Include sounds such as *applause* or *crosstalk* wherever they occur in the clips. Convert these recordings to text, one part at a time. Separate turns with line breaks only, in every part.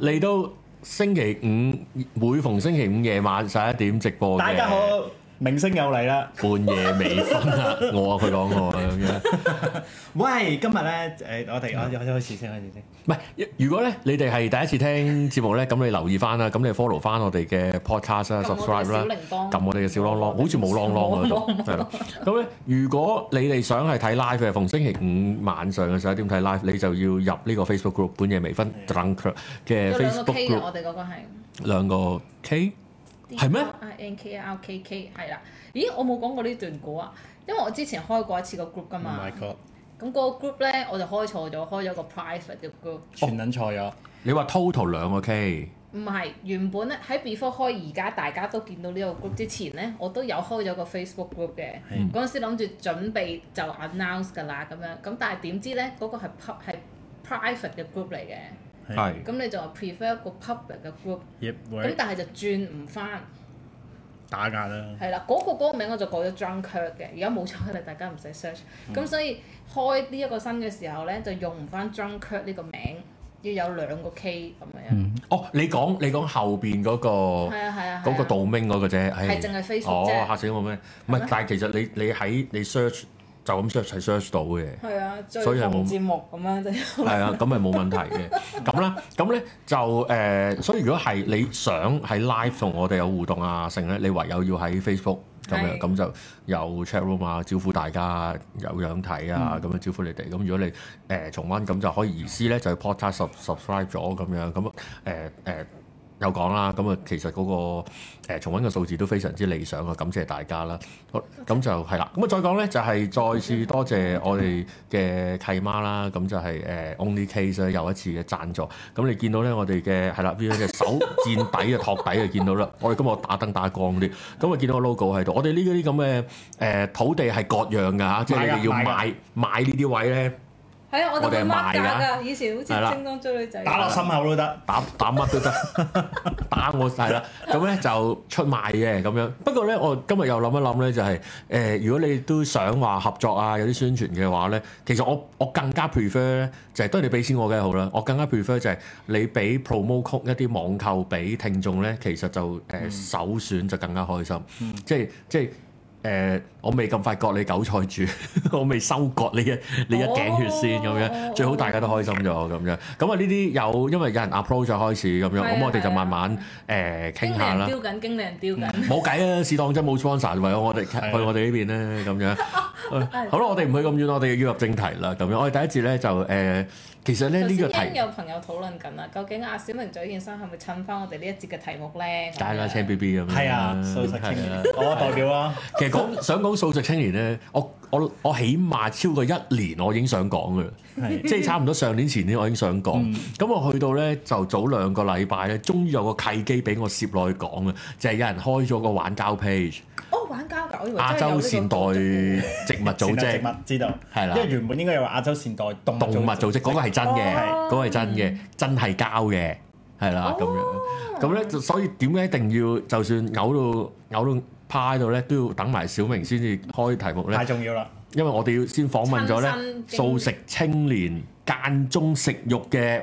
嚟到星期五，每逢星期五夜晚十一點直播嘅
大家好，明星又嚟啦！
半夜未瞓啊！我啊佢講我啊
*laughs*
咁樣。
喂，今日咧誒，我哋我我開始先，開始先。
唔係，如果咧你哋係第一次聽節目咧，咁你留意翻啦，咁你 follow 翻我哋嘅 podcast 啦
撳我哋嘅
，subscribe
小
啦
鈴，鐺
撳我哋嘅小啷啷，好似冇啷啷嗰度，係啦。咁咧，如果你哋想係睇 live 嘅，逢星期五晚上嘅十一點睇 live，你就要入呢個 Facebook group 半夜微醺 drunk Club 嘅
有兩個
Facebook
K 嘅，
group
我哋嗰個係
兩個 K。係咩
？I N K R K K 係啦。咦，我冇講過呢段股啊，因為我之前開過一次個 group 噶
Oh
嘛
my。god！
咁嗰個 group 咧，我就開錯咗，開咗個 private 嘅 group。
全撚錯咗，
你話 total 兩個 K，
唔係，原本咧喺 before 開而家大家都見到呢個 group 之前咧，我都有開咗個 Facebook group 嘅。嗰陣時諗住準備就 announce 㗎啦咁樣，咁但係點知咧嗰、個係 pub 係 private 嘅 group 嚟嘅，
係
咁你就話 prefer 一個 public 嘅 group，
葉
咁
會
但係就轉唔翻。
打壓啦。
係啦，嗰、個嗰個名我就改咗 Drunk Kirk 嘅，而家冇咗啦，大家唔使 search。咁、所以開呢一個新嘅時候咧，就用唔翻 Drunk Kirk 呢個名，要有兩個 K 咁樣。
哦，你講你講後邊嗰個
係啊係啊，
嗰個
度
domain 嗰個啫，係
係淨係 Facebook
哦
啫
嚇死我咩？唔係，但係其實你你喺你 search 就咁 search 係 search 到嘅。
係啊，最
所以係
紅
冇
節目咁樣
*laughs*
就
係啊，咁咪冇問題嘅。咁啦，咁咧就誒、呃所以如果係你想喺 live 同我哋有互動啊，成咧，你唯有要喺 Facebook 咁樣，
係
咁就有 chat room 啊，招呼大家有樣睇啊，咁樣招呼你哋。咁如果你誒、呃重温，咁就可以移師咧，就去 podcast sub- subscribe 咗咁樣，咁誒誒。有講啦，咁啊，其實嗰、個、呃、重温嘅數字都非常之理想啊，感謝大家啦。好，咁就係啦。咁啊，再講咧就係、再次多謝我哋嘅契媽啦。咁就係、誒、Only Case 啊咧又一次嘅贊助。咁你見到咧我哋嘅係啦 V 嘅
*laughs*
手墊底啊托底啊見到啦。我哋今日打燈打光啲，咁啊見到個 logo 喺度。我哋呢啲咁嘅誒土地係割讓㗎嚇，即係你哋要
買㗎啊買
買買呢啲位咧，
係啊，我哋
我哋
會
係
mark
賣㗎
價㗎，以前好似
係啦
精裝追女仔。
打落心口都得，
打打乜都得，打我晒啦。咁咧就出賣嘅咁樣。不過咧，我今日又諗一諗咧，就係、呃如果你都想話合作啊，有啲宣傳嘅話咧，其實我我更加 prefer 咧，就係、當然你俾錢我梗係好啦，我更加 prefer 就係你俾 promo code 一啲網購俾聽眾咧，其實就誒、呃首選就更加開心，即係即係。誒、我未咁快割你韭菜住， *laughs* 我未收割你嘅你一頸血先咁樣，
哦
最好大家都開心咗咁樣。咁啊，呢啲有因為有人 approach 咗開始咁樣，
係啊
咁我哋就慢慢誒
經
傾
理
下
人
啦。
丟緊，經理人丟緊。
冇計啊，試當真冇 sponsor，唯有我哋
啊
去我哋呢邊咧咁樣。
*laughs*
好啦，我哋唔去咁遠，我哋要入正題啦。咁樣，我哋第一節咧就誒、其實咧
頭
呢個
先
題，
有朋友討論緊啦，究竟阿小明着呢件衫係咪襯翻我哋呢一節嘅題目咧？
梗係啦，
咁樣
青 B B 咁樣。
係啊，素食青年，我代表啊，
其實講
*laughs*
想講素食青年咧，我我我起碼超過一年，我已經想講嘅啦，
係
即係差唔多上年前年我已經想講。
嗯
咁、我去到咧就早兩個禮拜咧，終於有個契機俾我攝落去講嘅，就係、有人開咗個玩交 page，
哦，玩交㗎，我以為真
亞
係有
洲
呢個
善待
動作嘅喎
植物組
善待
織
植。物知道，
係啦
因為原本應該有亞洲善待動
動物組織嗰個係真嘅，
哦
嗰個係真嘅，真係膠嘅，係啦咁樣。咁咧就所以點解一定要就算嘔到嘔到趴喺度咧，都要等埋小明先至開題目
太
咧，
重要啦，
因為我哋要先訪問咗
親
咧
身經
素食青年間中食肉嘅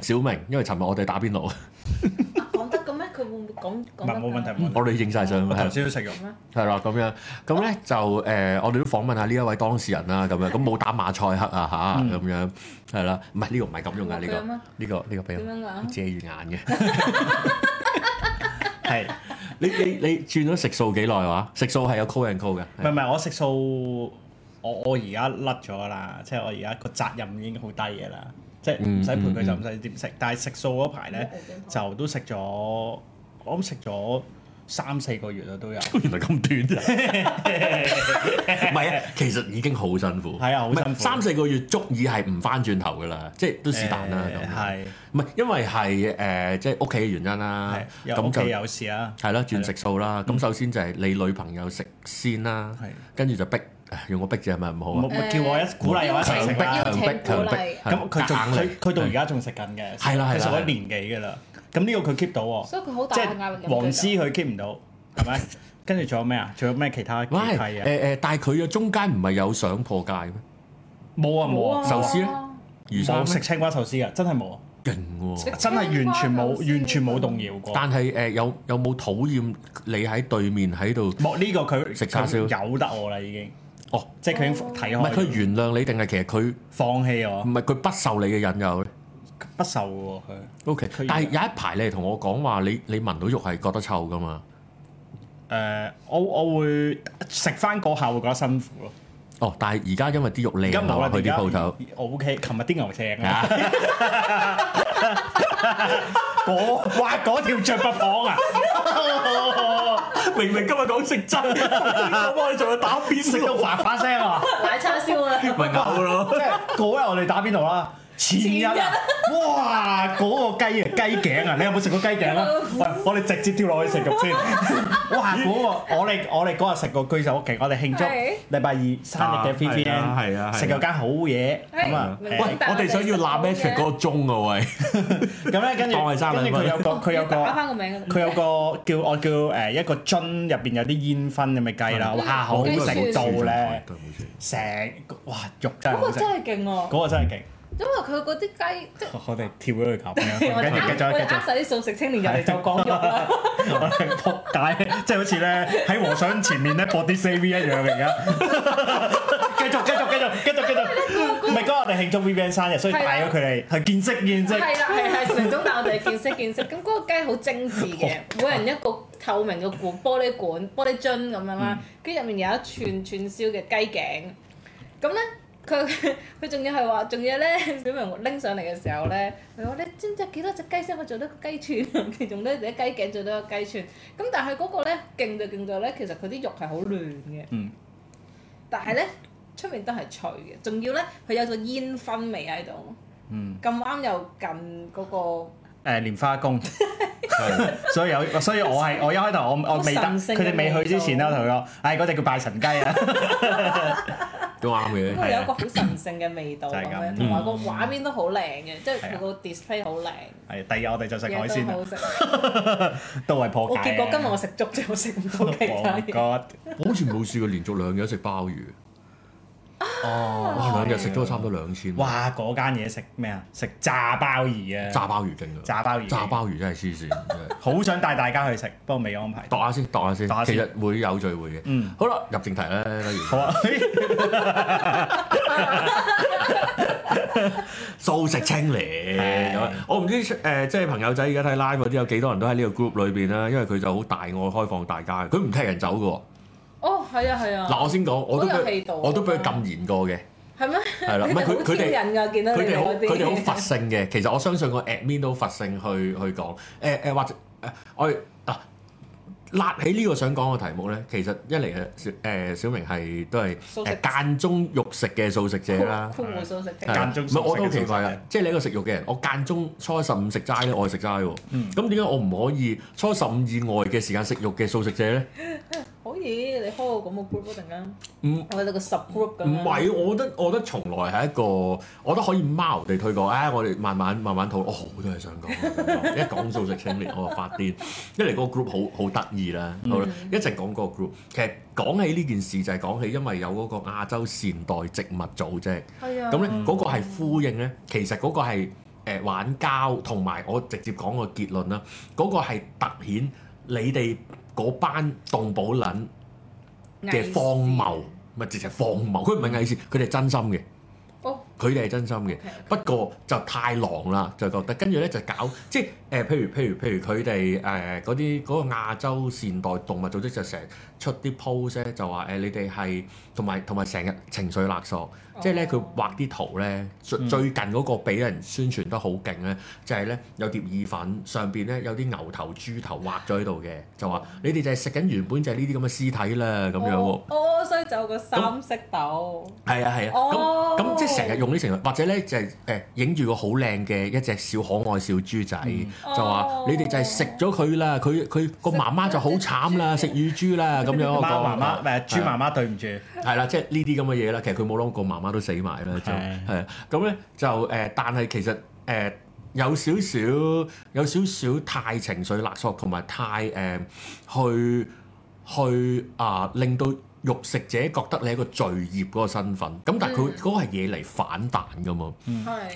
小明，因為尋日我哋打邊爐，
啊講得嘅咩？佢會唔會講
唔
講得
係
㗎
冇問題冇問題，
我哋影晒相
我
係
頭
啦
先都食肉，
咁啊
係啦，咁樣咁咧就誒、呃我哋都訪問下呢一位當事人啦，咁樣咁
嗯
冇打馬賽克啊吓，咁樣係啦，唔係呢個唔係咁用噶，呢、
咁
個
樣
呢
咩、
個呢、個俾
點樣啊
我
㗎
遮住眼嘅。
係。
你你你轉咗食素幾耐話？食素係有 call and call 嘅，
唔係唔係，我食素，我我而家甩咗啦，即係我而家個責任已經好低嘅啦，即係
嗯
唔使陪佢就唔使點食。但係食素嗰排咧就都食咗，我諗食咗三四個月啦
*laughs*
都有。
原來咁短啊！唔
*laughs*
係啊，其實已經好辛苦，
係啊好
唔係
辛苦
三四個月足以係唔翻轉頭噶啦，即係都是但啦
誒
咁。
係
唔係因為係誒即係屋企嘅原因啦
係，有
啊咁
屋企
就
有事啊啦，
係啦轉食素啦。咁首先就係你女朋友食先啦
係，
跟住就逼唉用個逼字係咪唔好啊
冇？冇叫我一鼓勵我一齊食
強迫
啦。
強迫強迫，
邀請
咁佢仲
係
佢佢到而家仲食緊嘅，
係啦係啦
佢食
係啦
咗年幾嘅啦。咁呢個佢 keep 到喎，
哦所以佢好大
即
壓力
係
飲
黃
醉酒
絲佢 keep 唔到，係
*laughs*
咪？跟住仲有咩啊？仲有咩其他
喂
嘅契
誒
啊？
誒，但係佢嘅中間唔係有想破戒咩？
冇啊冇啊！
壽司咧
冇啊
魚生
冇
呢
食青瓜壽司啊，真係冇啊！
勁喎！
真係完全冇完全冇動搖過。
但係誒、有有冇討厭你喺對面喺度？
莫呢個佢
食叉燒
佢由得我啦已經，
哦，
即係佢已經睇
唔係
開，
佢原諒你定係其實佢
放棄我
唔，係佢不受你嘅引誘咧
不受喎佢。
？OK，
佢
但係有一排你係同我講話，你你聞到肉係覺得臭噶嘛？
誒、我我會食翻嗰下會覺得辛苦咯。
哦，但係而家因為啲肉
而家
靚
冇啦
啊，，去
而
啲
家
鋪頭。
我 OK，琴日啲牛正啊，
啊！
*laughs* 嗰哇嗰條著不磅啊！ *laughs* 明明今日講食真，咁我哋仲要打邊食到發發聲啊！
奶叉燒啊！
咪嘔咯！
即係嗰日我哋打邊度啦，前日啊，哇嗰、個雞啊雞頸啊，你有冇食過雞頸啊？喂，我哋直接跳落去食肉先。哇嗰、個我哋我哋嗰日食過居酒屋企，我哋慶祝
係
禮拜二生日嘅
啊係啊係
VVN，
啊係啊
食咗間好嘢咁啊。
係
誒
喂，我哋想要辣 m a t c 嗰個鐘啊！喂，
咁咧跟住
當係生日
跟住佢有個佢有
打
個。
翻個名啊
佢有個叫我叫誒一個樽入邊有啲煙燻咁嘅雞
嗯
啦，哇好
我好
食
食
到
到
咧，
真係好食
成哇肉真係
嗰
好
個
食
真，係勁喎，
嗰個真係勁。
因為佢嗰啲雞即係
我哋跳咗去咁
*laughs* 我
樣，
哋
跟住跟住
呃我
跟
哋
住
呃，晒啲素食青年入嚟就講肉啦，
我哋撲街，即係好似咧喺和尚前面咧播啲 CV 一樣而家。 *laughs* 繼續繼續繼續繼續繼續，唔係嗰日我哋慶祝 VVN 生日，所以帶咗佢哋去見識見識
啊係。啦係係成種，但我哋見識見識。咁嗰個雞好精緻嘅，每人一個透明嘅罐玻璃罐玻璃樽咁樣啦，跟住入面有一串串燒嘅雞頸，咁咧。佢 *laughs* 佢仲要係話，仲要咧，小明拎上嚟嘅時候咧，佢話你知唔知有幾多隻雞先可以做到個雞串啊？ *laughs* 其中咧，隻雞頸做到個雞串。咁但係嗰個咧，勁就勁在咧，其實佢啲肉係好嫩嘅。
嗯。
但係咧，出面都係脆嘅，仲要咧，佢有個煙燻味喺度。
嗯。
咁啱又近嗰個
誒蓮花宮，
係
所以有，所以我係我一開頭我我未得，
好神聖嘅啊
佢哋未去之前咧，我同佢講，唉嗰只叫拜神雞啊，
都啱
因
嘅。
為有一個好神聖嘅味道
就
咁
係咁
樣，同
嗯
埋個畫面都好靚嘅，即係
係啊
佢個 display 好靚，
係第二日我哋就食海
嘢
鮮
都
啦
好，
啊
食。
*laughs*
都係破
我
解啊。
結果今日我食粥就食唔到其他嘢。
*laughs* Oh my God
*laughs* 我好似冇試過連續兩日食鮑魚，
啊
哇！兩日食咗差唔多兩千。
哇！嗰間嘢食咩啊？食炸鮑魚啊！
炸鮑魚勁啊！
炸鮑魚
炸鮑魚真係黐線，真係
好想帶大家去食，不過未安
*laughs*
排。
度下先，度下先
度下。先
其實會有聚會嘅。
嗯，
好啦，入正題啦，例如
好啊，
素食青年咁樣我唔知誒、即係朋友仔而家睇 live 嗰啲有幾多人都喺呢個 group 裏邊啦，因為佢就好大愛開放大家嘅，佢唔踢人走嘅喎。
哦，係啊，係
嗱、
啊。
我先講，我都
好有氣
俾
度啊
我都俾佢禁言過嘅，
係咩？
係啦，唔
你
係
哋
佢
好
佢
挑
哋。
人㗎，見到你
佢哋
哋
好
嗰啲。
佢哋好佛性嘅。其實我相信個 admin 都佛性去去講。誒、誒、或者誒、我哋嗱辣起呢個想講嘅題目咧，其實一嚟誒小誒、小明係都係
素食
誒間中肉食嘅素食者
*laughs*
啦。
酷酷素食嘅。
係啊
間中
唔
素食
係
嘅
我都好奇怪
素
㗎
食者，
即係你一個食肉嘅人，我間中初一十五食齋咧，我係食齋喎。咁點解我唔可以初一十五以外嘅時間食肉嘅素食者咧？
可以，你開個咁嘅 group 啊，突然間。
唔
我哋個 sub group 咁
嗯唔
樣。
係，我覺得我覺得從來係一個，我覺得可以貓地推過。唉、哎我哋慢慢慢慢討論。我好多嘢想講，一講 *laughs* 素食青年我就發癲。一嚟嗰個 group 好好得意啦，好啦，一直講嗰個 group。其實講起呢件事就係講起，因為有嗰個亞洲善待植物組織。
係啊。
咁咧嗰個係呼應咧，其實嗰個係誒、呃玩膠，同埋我直接講個結論啦，嗰、個係突顯你哋嗰班動保撚嘅荒
哦
謬，咪直情荒謬，佢唔係偽善，佢哋係真心嘅。
哦
佢哋係真心嘅
OK，OK
不過就太狼啦，就覺得跟住咧就搞即係誒、譬如譬如譬如佢哋誒嗰啲嗰個亞洲善待動物組織就成日出啲 post 咧，就話誒、你哋係同埋同埋成日情緒勒索，即係咧佢畫啲圖咧最最近嗰個俾人宣傳得好勁咧，就係咧有碟意粉上邊咧有啲牛頭豬頭畫咗喺度嘅，就話你哋就係食緊原本就係呢啲咁嘅屍體啦咁樣喎。
哦哦，所以就有個三色豆。
係啊係啊，
哦
咁咁、即係成日用呢成語，或者咧就係誒影住個好靚嘅一隻小可愛小豬仔，就話
哦
你哋就係食咗佢啦，佢佢個媽媽就好慘
哦
啦，食乳豬啦咁樣。
*laughs* 媽
我講
媽媽誒豬
係啊
媽媽對唔住，
係啦，即係呢啲咁嘅嘢啦。其實佢冇諗過媽媽都死埋啦，就
係
係啊咁咧就誒、呃但係其實誒、呃有少少有少少太情緒勒索，同埋太誒、呃去去啊、令到肉食者覺得你係一個罪孽嗰個身份，咁但係佢嗰個係嘢嚟反彈噶嘛。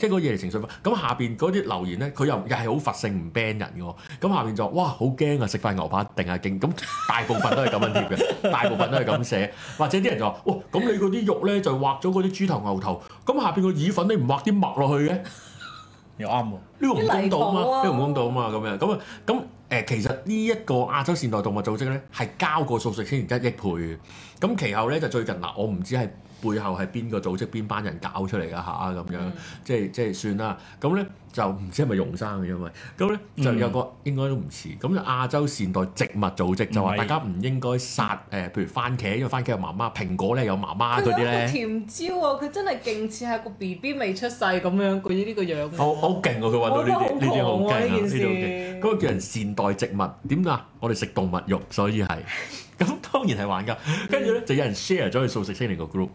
即係
係
嗰嘢嚟情緒化。咁下邊嗰啲留言咧，佢又又係好佛性唔 ban 人嘅喎。咁下邊就話哇好驚啊！食塊牛扒定係勁咁，大部分都係咁樣貼嘅，大部分都係咁寫。或者啲人就話哇咁你嗰啲肉咧就畫咗嗰啲豬頭牛頭，咁下邊個意粉你唔畫啲墨落去嘅？
又啱喎。
呢個唔公道啊嘛，呢
啲泥土啊
個唔公道啊嘛，咁樣咁啊咁誒，其實呢一個亞洲善待動物組織咧，係交過數食先然一億倍嘅。咁其後咧就最近嗱，我唔知係背後係邊個組織邊班人搞出嚟㗎吓咁樣，
嗯
即係即係算啦。咁咧就唔知係咪容生嘅，因為咁咧
嗯
就有個、應該都唔似，咁就亞洲善待植物組織就話
唔係
大家唔應該殺誒、呃譬如番茄，因為番茄有媽媽，蘋果咧有媽媽啊嗰
佢有
啲
一個
咧。
甜椒啊，佢真係勁似係個 B B 未出世咁樣，佢呢個樣。
好好勁啊！佢揾到呢啲
我
呢
覺
啲
得好
好勁啊！
狂喎
呢
呢件事
啲好勁。嗰個叫人善待植物，點啊？我哋食動物肉，所以係咁當然係玩㗎。跟住咧就有人 share 咗去素食青年個 group，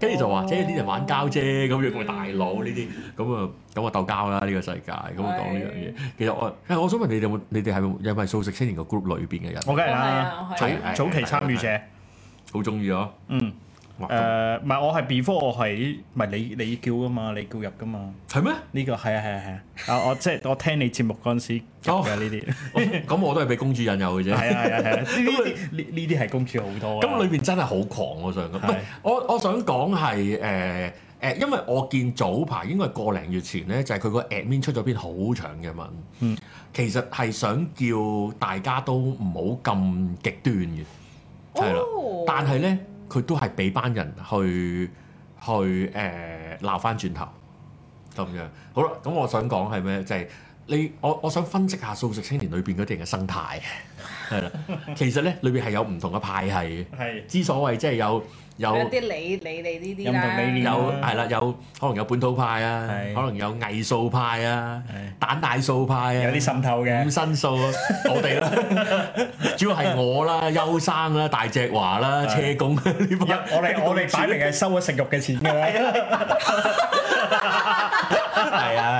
跟住就話：，
嗯哦嗯
即係啲人玩交啫，咁樣喂大佬呢啲，咁啊咁啊鬥交啦！呢個世界咁
哦
啊講呢樣嘢。
哎
其實我哎誒，我想問你哋有冇？你哋係咪有咪素食青年個 group 裏邊嘅人？
我梗係
我係啊
啦
我，係
早
啊
早期參與者，
好中意啊！
嗯，
哇
誒，
啊
唔係我係 before 我係，唔係你你叫噶嘛，你叫入噶嘛，
係
*laughs*
咩？
呢個係啊係啊係啊，啊我即係我聽你節目嗰陣時入
哦
嘅呢啲，
我咁我都係俾公主引誘嘅啫。
係啊係啊係啊，呢啲呢呢啲係公主好多
咁裏
啊，
邊真係好狂，我想講。唔
係
係我我想講係誒誒，因為我見早排應該係個零月前咧，就係佢個 admin 出咗篇好長嘅文，
嗯
其實係想叫大家都唔好咁極端嘅，係啊啦。
哦
但係咧，佢都係俾班人去去誒鬧翻轉頭咁樣。好啦，咁我想講係咩？就係、你我我想分析下素食青年裏邊嗰啲人嘅生態，係啦。 *laughs* 其實咧，裏邊係有唔同嘅派系嘅。
係
之所謂即係有有
有啊啲理理理呢啲
有唔同理
有
念
啦，
係啦，有可能有本土派啊，
嗯係
可能有藝術派啊
係，
蛋奶素派啊，
有啲滲透
五
嘅，
新數
*laughs*
啊，我哋啦，主要係我啦、優生啦、大隻華啦、車
係
公呢
一
班，
我哋我哋擺明係收咗食肉嘅錢㗎啦，
係啊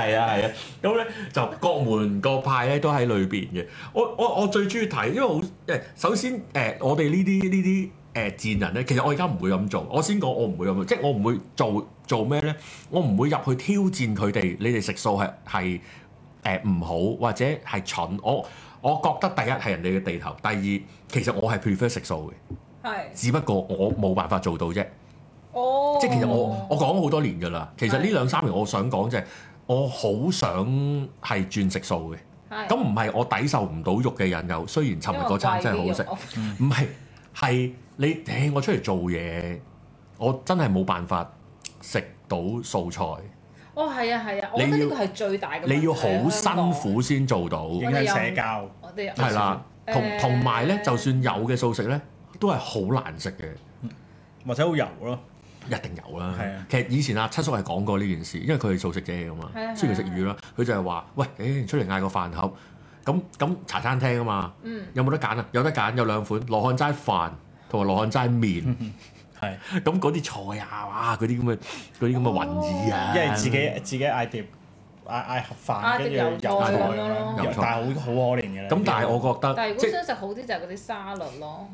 係啊係啊，咁咧就各門各派咧都喺裏邊嘅。我我我最中意睇，因為好誒，首先誒、我哋呢啲呢啲誒賤人咧，其實我而家唔會咁做。我先講，我唔會咁做，即係我唔會做做咩咧？我唔會入去挑戰佢哋，你哋食素係係誒唔好或者係蠢。我我覺得第一係人哋嘅地頭，第二其實我係 prefer 食素嘅，
係
只不過我冇辦法做到啫。
哦，
即係其實我我講咗好多年㗎啦，其實呢
係
兩三年我想講就係我好想係轉食素嘅，
係
咁唔係我抵受唔到肉嘅人又，雖然尋日嗰餐真係好好食，
食，
唔係係你誒我出嚟做嘢，我真係冇辦法食到素菜，
哦係啊係啊，我
你
覺
要
得呢個係最大嘅問題啊
你要好辛，
香港
苦先做到，
影響社交，
我哋啊
係啊啦，同
誒
同埋咧，就算有嘅素食咧，都係好難食嘅。
或者好油咯，
一定有啦
係啊。
其實以前阿七叔係講過呢件事，因為佢係素食者嚟噶嘛
係啊係，啊
雖然佢食魚啦，佢就係話：喂，誒出嚟嗌個飯盒，咁咁茶餐廳啊嘛，
嗯
有冇得揀啊？有得揀，有兩款羅漢齋飯同埋羅漢齋
嗯
麵，
係
咁嗰啲菜啊，哇，嗰啲咁嘅嗰啲咁
哦
嘅雲耳啊，
因為自己自己嗌碟嗌嗌盒
啊
飯，跟住油菜
嗌碟油
咁樣
菜咁樣咯
但係好好可憐嘅咧。
咁，但係我覺
但係
得
如
即係
果想食好啲就係嗰啲沙律咯，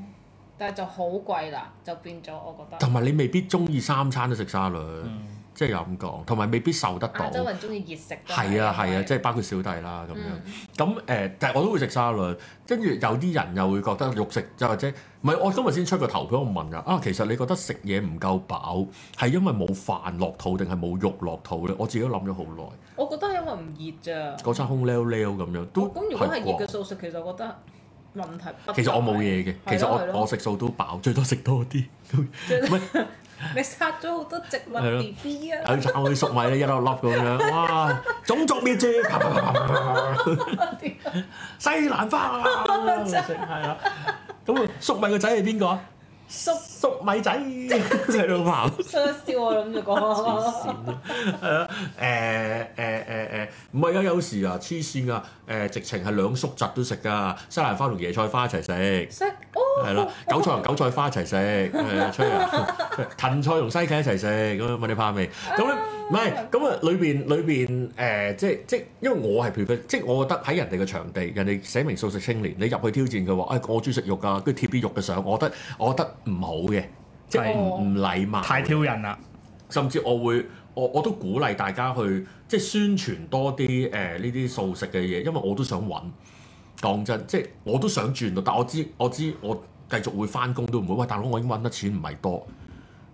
但係就好貴啦，就變咗我覺得
同埋你未必中意三餐都食沙律，
嗯
即係又咁講，同埋未必受得到
亞。洲人中意熱食㗎嘛，
係啊係
因
啊，
為
即係包括小弟啦咁樣
嗯。
咁誒、但係我都會食沙律，跟住有啲人又會覺得肉食就或者唔係，我今日先出個投票，我問㗎啊，其實你覺得食嘢唔夠飽係因為冇飯落肚定係冇肉落肚咧？我自己都諗咗好耐，
我覺得係因為唔熱咋。
嗰餐空溜溜咁樣都
哦咁如果係熱
啩
嘅素食，其實我覺得問題不大
其實我冇嘢嘅，
係
其實
咯係
我
咯
我食素都飽，最多食多啲。
最
唔係
*laughs* 你殺咗好多植
係咯
物 B B 啊！
*laughs*
*laughs*
有炒啲粟米咧，一粒粒咁樣，哇！種族滅絕，啪啪啪啪啪啪西蘭花 *laughs* 啊，係啦。咁啊粟米個仔係邊個啊？
叔
粟米 *laughs* 仔係老彭。
叔一笑，我諗住
黐
講。
線啊係啊！誒誒誒誒，唔係啊！有時啊，黐線啊！誒，直情係兩叔侄都食噶，西蘭花同椰菜花一齊食，
識哦，
係啦，韭菜同韭 *laughs* 菜花一齊食，係啊，吹啊，芹菜同西芹一齊食，咁樣問你怕未？咁咧，唔係，咁啊，裏邊裏邊誒，即係即係，因為我係 prefer，即係我覺得喺人哋嘅場地，人哋寫明素食青年，你入去挑戰佢話，誒、我中意食肉啊㗎，跟住貼啲肉嘅相，我覺得我覺得唔好嘅，即係唔唔禮貌，
太挑
*laughs*
人啦，
甚至我會我我都鼓勵大家去即係宣傳多啲誒呢啲素食嘅嘢，因為我都想揾。講真，即係我都想轉到，但我知我知我繼續會翻工都唔會。喂，大佬，我已經揾得錢唔係多，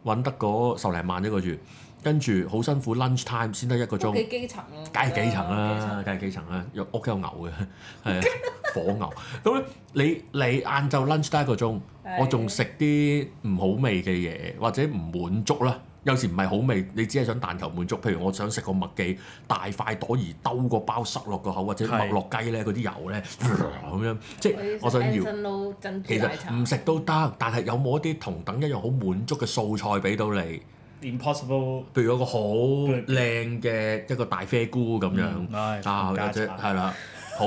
揾得嗰十零萬一個月，跟住好辛苦 lunch time 先得一個
都
鐘，
幾基層咯，
梗係幾層
基啊層
啦，梗係幾層啦，有屋企有牛嘅， *laughs* 係啊火牛。咁咧，你你晏晝 lunch 得一個鐘。我仲食啲唔好味嘅嘢，或者唔滿足啦。有時唔係好味，你只係想但求滿足。譬如我想食個麥記大塊朵而兜個包塞落個口，或者
係
麥樂雞咧嗰啲油咧 *laughs* 咁樣，即係我
我
想
要食
要。
Anson Lo 珍珠
其
奶茶
實唔食都得，但係有冇一啲同等一樣好滿足嘅素菜俾到你？
，impossible
譬如有個好
嗯
靚嘅一個大啡菇咁樣。
嗯唉
啊，
冚
或
家
者
鏟
係啦，好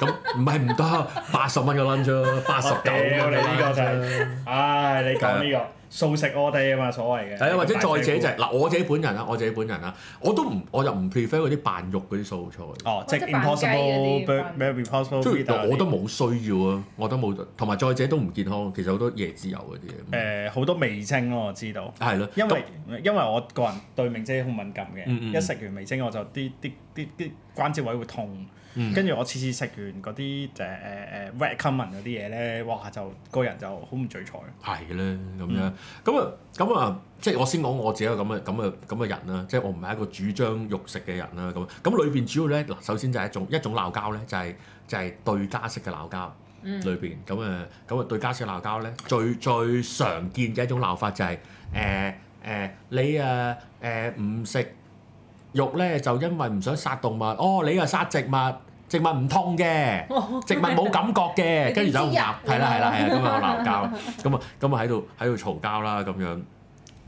咁唔係唔得，八十蚊個 lunch 啫，八十
我
九
*laughs* 屌
蚊
你呢個
個 lunch
就
啫
係，唉，你講呢個素食 all day 啊嘛，所謂嘅，
啊係啊，或者再者就係嗱，我自己本人啊，我自己本人啊，我都唔，我就唔 prefer 嗰啲扮肉嗰啲素菜，
哦，即係
即係扮雞嗰
impossible
啲
bird- very impossible，
即係
bird-
我都冇需要啊，我都冇，同埋再者都唔健康，其實好多椰子油嗰啲嘢，
誒好多味精咯，我知道。
係咯，
因為
咁
因為我個人對味精好敏感嘅，
嗯嗯
一食完味精我就啲啲啲啲關節位會痛，跟住、我次次食完嗰啲誒誒誒 ờ, red common 嗰啲嘢咧，哇就個人就好唔聚財。
係咧咁樣，咁啊咁啊，即係我先講我自己一個咁嘅咁嘅咁嘅人啦，即係我唔係一個主張肉食嘅人啦，咁咁裏邊主要咧嗱，首先就係一種一種鬧交咧，就係就係對家式嘅鬧交。
嗯
裏邊咁誒咁啊對家式鬧交咧，最最常見嘅一種鬧法就係誒誒你啊誒唔食肉咧，就因為唔想殺動物，哦你又殺植物，植物唔痛嘅。
哦
植物冇感覺嘅，
*laughs* 你點
跟住就鬧，
知啊
係啦係啦係啦，咁啊鬧交， *laughs* 咁啊咁啊喺度喺度嘈交啦咁樣。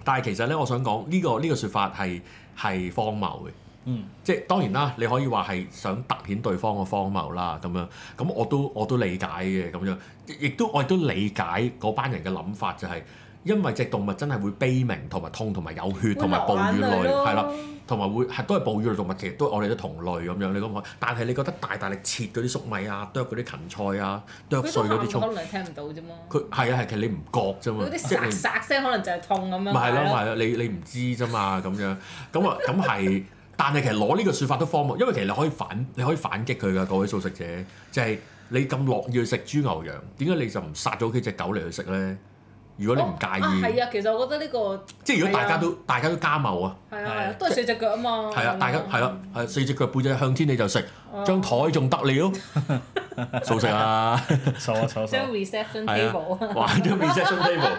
但係其實咧，我想講呢、個呢、個説法係係荒謬嘅。
嗯，
即係當然啦，你可以話係想突顯對方嘅荒謬啦，咁樣咁我都我都理解嘅咁樣，亦都我亦都理解嗰班人嘅諗法就係、因為只動物真係會悲鳴同埋痛同埋有血同埋暴
會啊
雨
流眼
淚
淚咯
係啦，同埋會係都係哺乳類動物，其實都我哋都同類咁樣。你咁講，但係你覺得大大力切嗰啲粟米啊、剁嗰啲芹菜啊、剁碎嗰啲葱，
可能聽唔到啫嘛。
佢係啊係，其實你唔覺啫嘛
嗰，啲
即係
殺
你
殺聲可能就係痛咁
咪
樣。
係咯，咪係咯，你你唔知啫嘛，咁樣咁啊，咁係，但係其實攞呢個説法都荒謬，因為其實你可以反你可以反擊佢噶，各位素食者，就係、你咁樂意去食豬牛羊，點解你就唔殺咗佢只狗嚟去食咧？如果你唔介
哦啊
意，
係啊，其實我覺得呢個
即係如果大家
係啊
都大家都加謀啊，
係啊係啊，都係四隻腳啊嘛。
係啊，大家係啊，係四隻腳背脊向天你就食，
哦
張台仲得了，
*laughs*
素食啊，
傻啊傻啊傻啊
張 reception
係
table
啊，玩咗
*laughs*
reception table，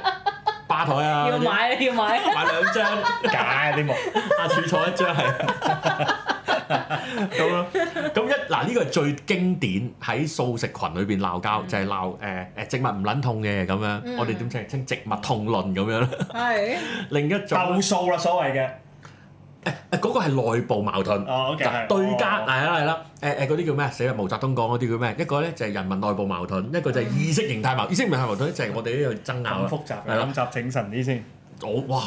吧台啊，
要買啊要買。
買兩張。
假啲木，
下次坐一張係啊
*laughs*
咁咯。咁一嗱呢個係最經典喺素食群裏邊鬧交，就係鬧誒誒植物唔撚痛嘅咁樣。
嗯
我哋點稱稱植物痛論咁樣啦。
係。
另一種
鬥
誒
數啦所謂嘅。
嗰個係內部矛盾。
哦，OK，Ờ,
就
係
對家
哦
係啦係啦，誒誒嗰啲叫咩？死啦！毛澤東講嗰啲叫咩？一個咧就係人民內部矛盾，一個就係意識形態矛意識形態矛盾咧就係我哋呢度爭拗啦。
咁嗯複雜
係啦
嘅，咁集整神啲先。
我哇！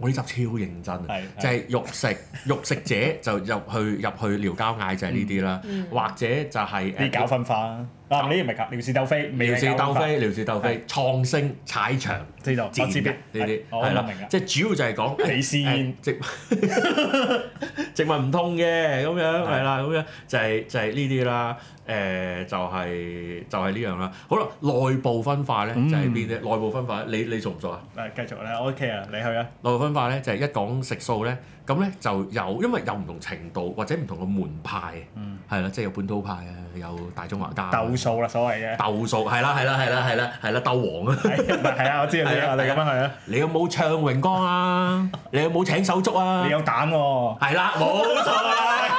我呢集超認真啊
係，
就係肉食 *laughs* 肉食者就入去入去聊交嗌就係呢啲啦，
嗯
或者就係
你搞
誒
分化啊！嗱，呢啲唔係搞撩事鬥非，
聊
未
事
係搞
鬥
分化，
非、聊事鬥非、創聲、踩場、
知道我
戰
知
嘅
邊
呢啲
我
係
明
啦
明，啦。
即係主要就係講
鄙視
誒
煙
植 *laughs* 植物唔痛嘅咁樣係啦，咁樣就係就係呢啲啦，誒就係就係呢樣啦。好啦，內部分化
嗯
咧就係邊啲？內部分化你你熟唔熟啊？
嗱，繼續啦，OK à, 啊，你去啊。
內部分化咧，就係、一講食素咧，咁咧就有因為有唔同程度或者唔同嘅門派，係啦、即係有本土派啊，有大中華家啊
嗯鬥數啦，所謂嘅。
鬥數，係啦係啦係啦係啦係啦鬥王啊！
係唔係係啊，我知道你
係啊
啊，你咁樣去啊。
你有冇唱榮光啊？你有冇請手足啊
*laughs* 你？有膽喎，
係啦，冇錯啦。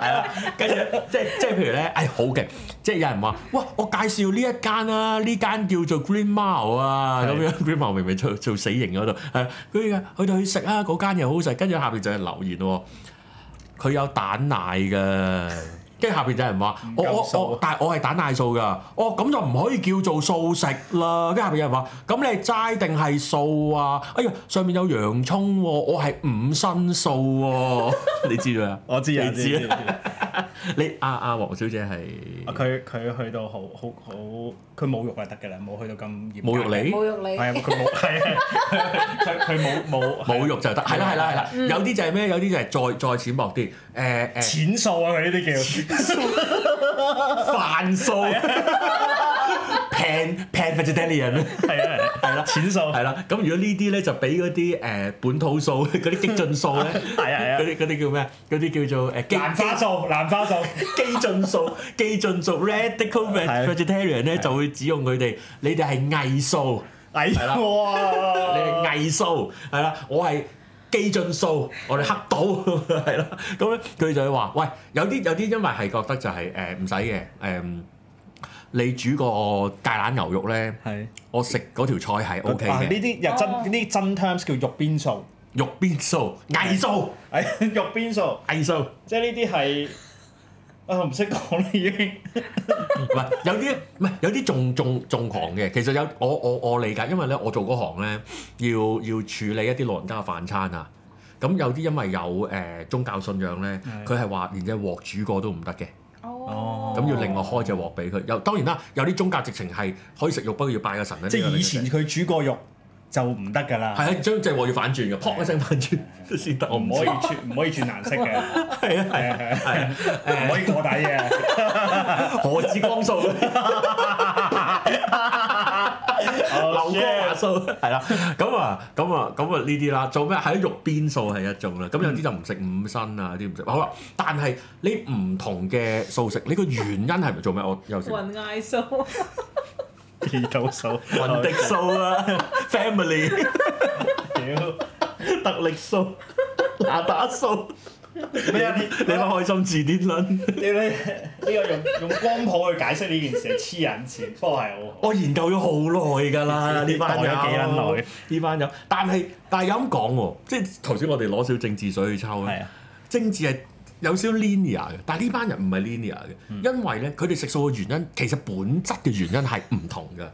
係啦，跟住即係即係譬如咧，哎好嘅，即係有人話，哇！我介紹呢一間啦、呢間叫做 Green Mile 啊，咁
係
樣 *laughs* Green Mile 明明做做死刑嗰度，係佢啊去到去食啊，嗰間又好食，跟住下邊就有人留言喎，佢有蛋奶㗎，跟住下下邊有人話：我
夠
我
數
我，但係我係蛋奶素㗎。哦，咁就唔可以叫做素食啦。跟住下邊有人話：咁你係齋定係素啊？哎呀，上面有洋葱喎、我係五辛素喎、 *laughs* 你知咗啊？
我知啊，
你
知
知
知
啊？
知
你阿阿黃小姐係
啊佢佢去到好好好，佢侮辱就得㗎啦，冇去到咁嚴。
侮辱你
侮辱你
係啊，
*laughs*
佢冇係啊，佢佢冇冇
侮辱就得，嗯係啦係啦係啦。有啲就係咩？有啲就係再再淺薄啲。誒、誒。
錢數啊！佢呢啲叫
飯 *laughs* 數 pan pan vegetarian
係啊係啊係啦，錢數
*laughs* 係
係
啦，咁如果呢啲咧就俾嗰啲誒本土數 *laughs* 嗰啲激進數咧，
*laughs* 係啊係啊
嗰啲嗰啲叫咩？嗰啲叫做誒基
蘭
*laughs*
花數，蘭花數
基進數、基進數 radical
係
vegetarian 咧就會指用佢哋，你哋係偽數，
哎
啦
哦
你哋
哇！
偽數係啦，我係。基進數，我哋黑到 *laughs* 係啦，咁咧佢就會話：喂，有啲有啲因為係覺得就係誒唔使嘅，誒、你煮個芥蘭牛肉咧，
係
我食嗰條菜係 O K
啊呢
嘅，
啲又真
哦
呢啲真 terms 叫肉邊數，
肉邊數、偽數、
係 *laughs* 肉邊數，
偽數，唔
即係呢啲係啊我唔識講啦已經。
係有啲唔係有啲仲仲仲狂嘅。其實有我我我理解，因為咧我做嗰行咧要要處理一啲老人家嘅飯餐啊。咁有啲因為有誒、呃宗教信仰咧，
係
佢係話連隻鑊煮過都唔得嘅，
哦，
咁要另外開隻鑊俾佢。有當然啦，有啲宗教直情係可以食肉，不過要拜個神咧。
即
呢個
係
另
以
一
前
隻
佢煮過肉就唔得㗎
係
啦，
啊，將隻鑊要反轉嘅，砰一聲反轉先得。我
哦唔
唔 *laughs*
可
可
以
以
轉唔可以轉顏色嘅，
*laughs* 係啊係
係
啊
啊係啊係啊，唔可以過底嘅。
*laughs* 何止光 *laughs*
*laughs*
數？哦
哦 Oh，
流哥話數 *laughs* 係啦，咁啊，咁啊，咁啊呢啲啦，做咩喺肉邊數係一種啦，咁有啲就唔食五辛啊，有啲唔食，好啦，但係你唔同嘅素食，你個原因係咪做咩？我有時
雲嗌數，
二度數， *laughs*
雲迪素啊 *laughs* ，family
Oh，屌
特力
*laughs*
素。嗱打素，
咩啊？你
你咪開心字典論。
*laughs* 你你呢個用用光譜去解釋呢件事係黐人線，不過係我
我研究咗好耐㗎啦，呢班友
代咗幾撚耐
呢班友，但係但係有咁講喎，即係頭先我哋攞少政治水去抽咧。
啊，
政治係有少少 linear 嘅，但係呢班人唔係 linear 嘅，
嗯
因為咧佢哋食素嘅原因其實本質嘅原因係唔同嘅。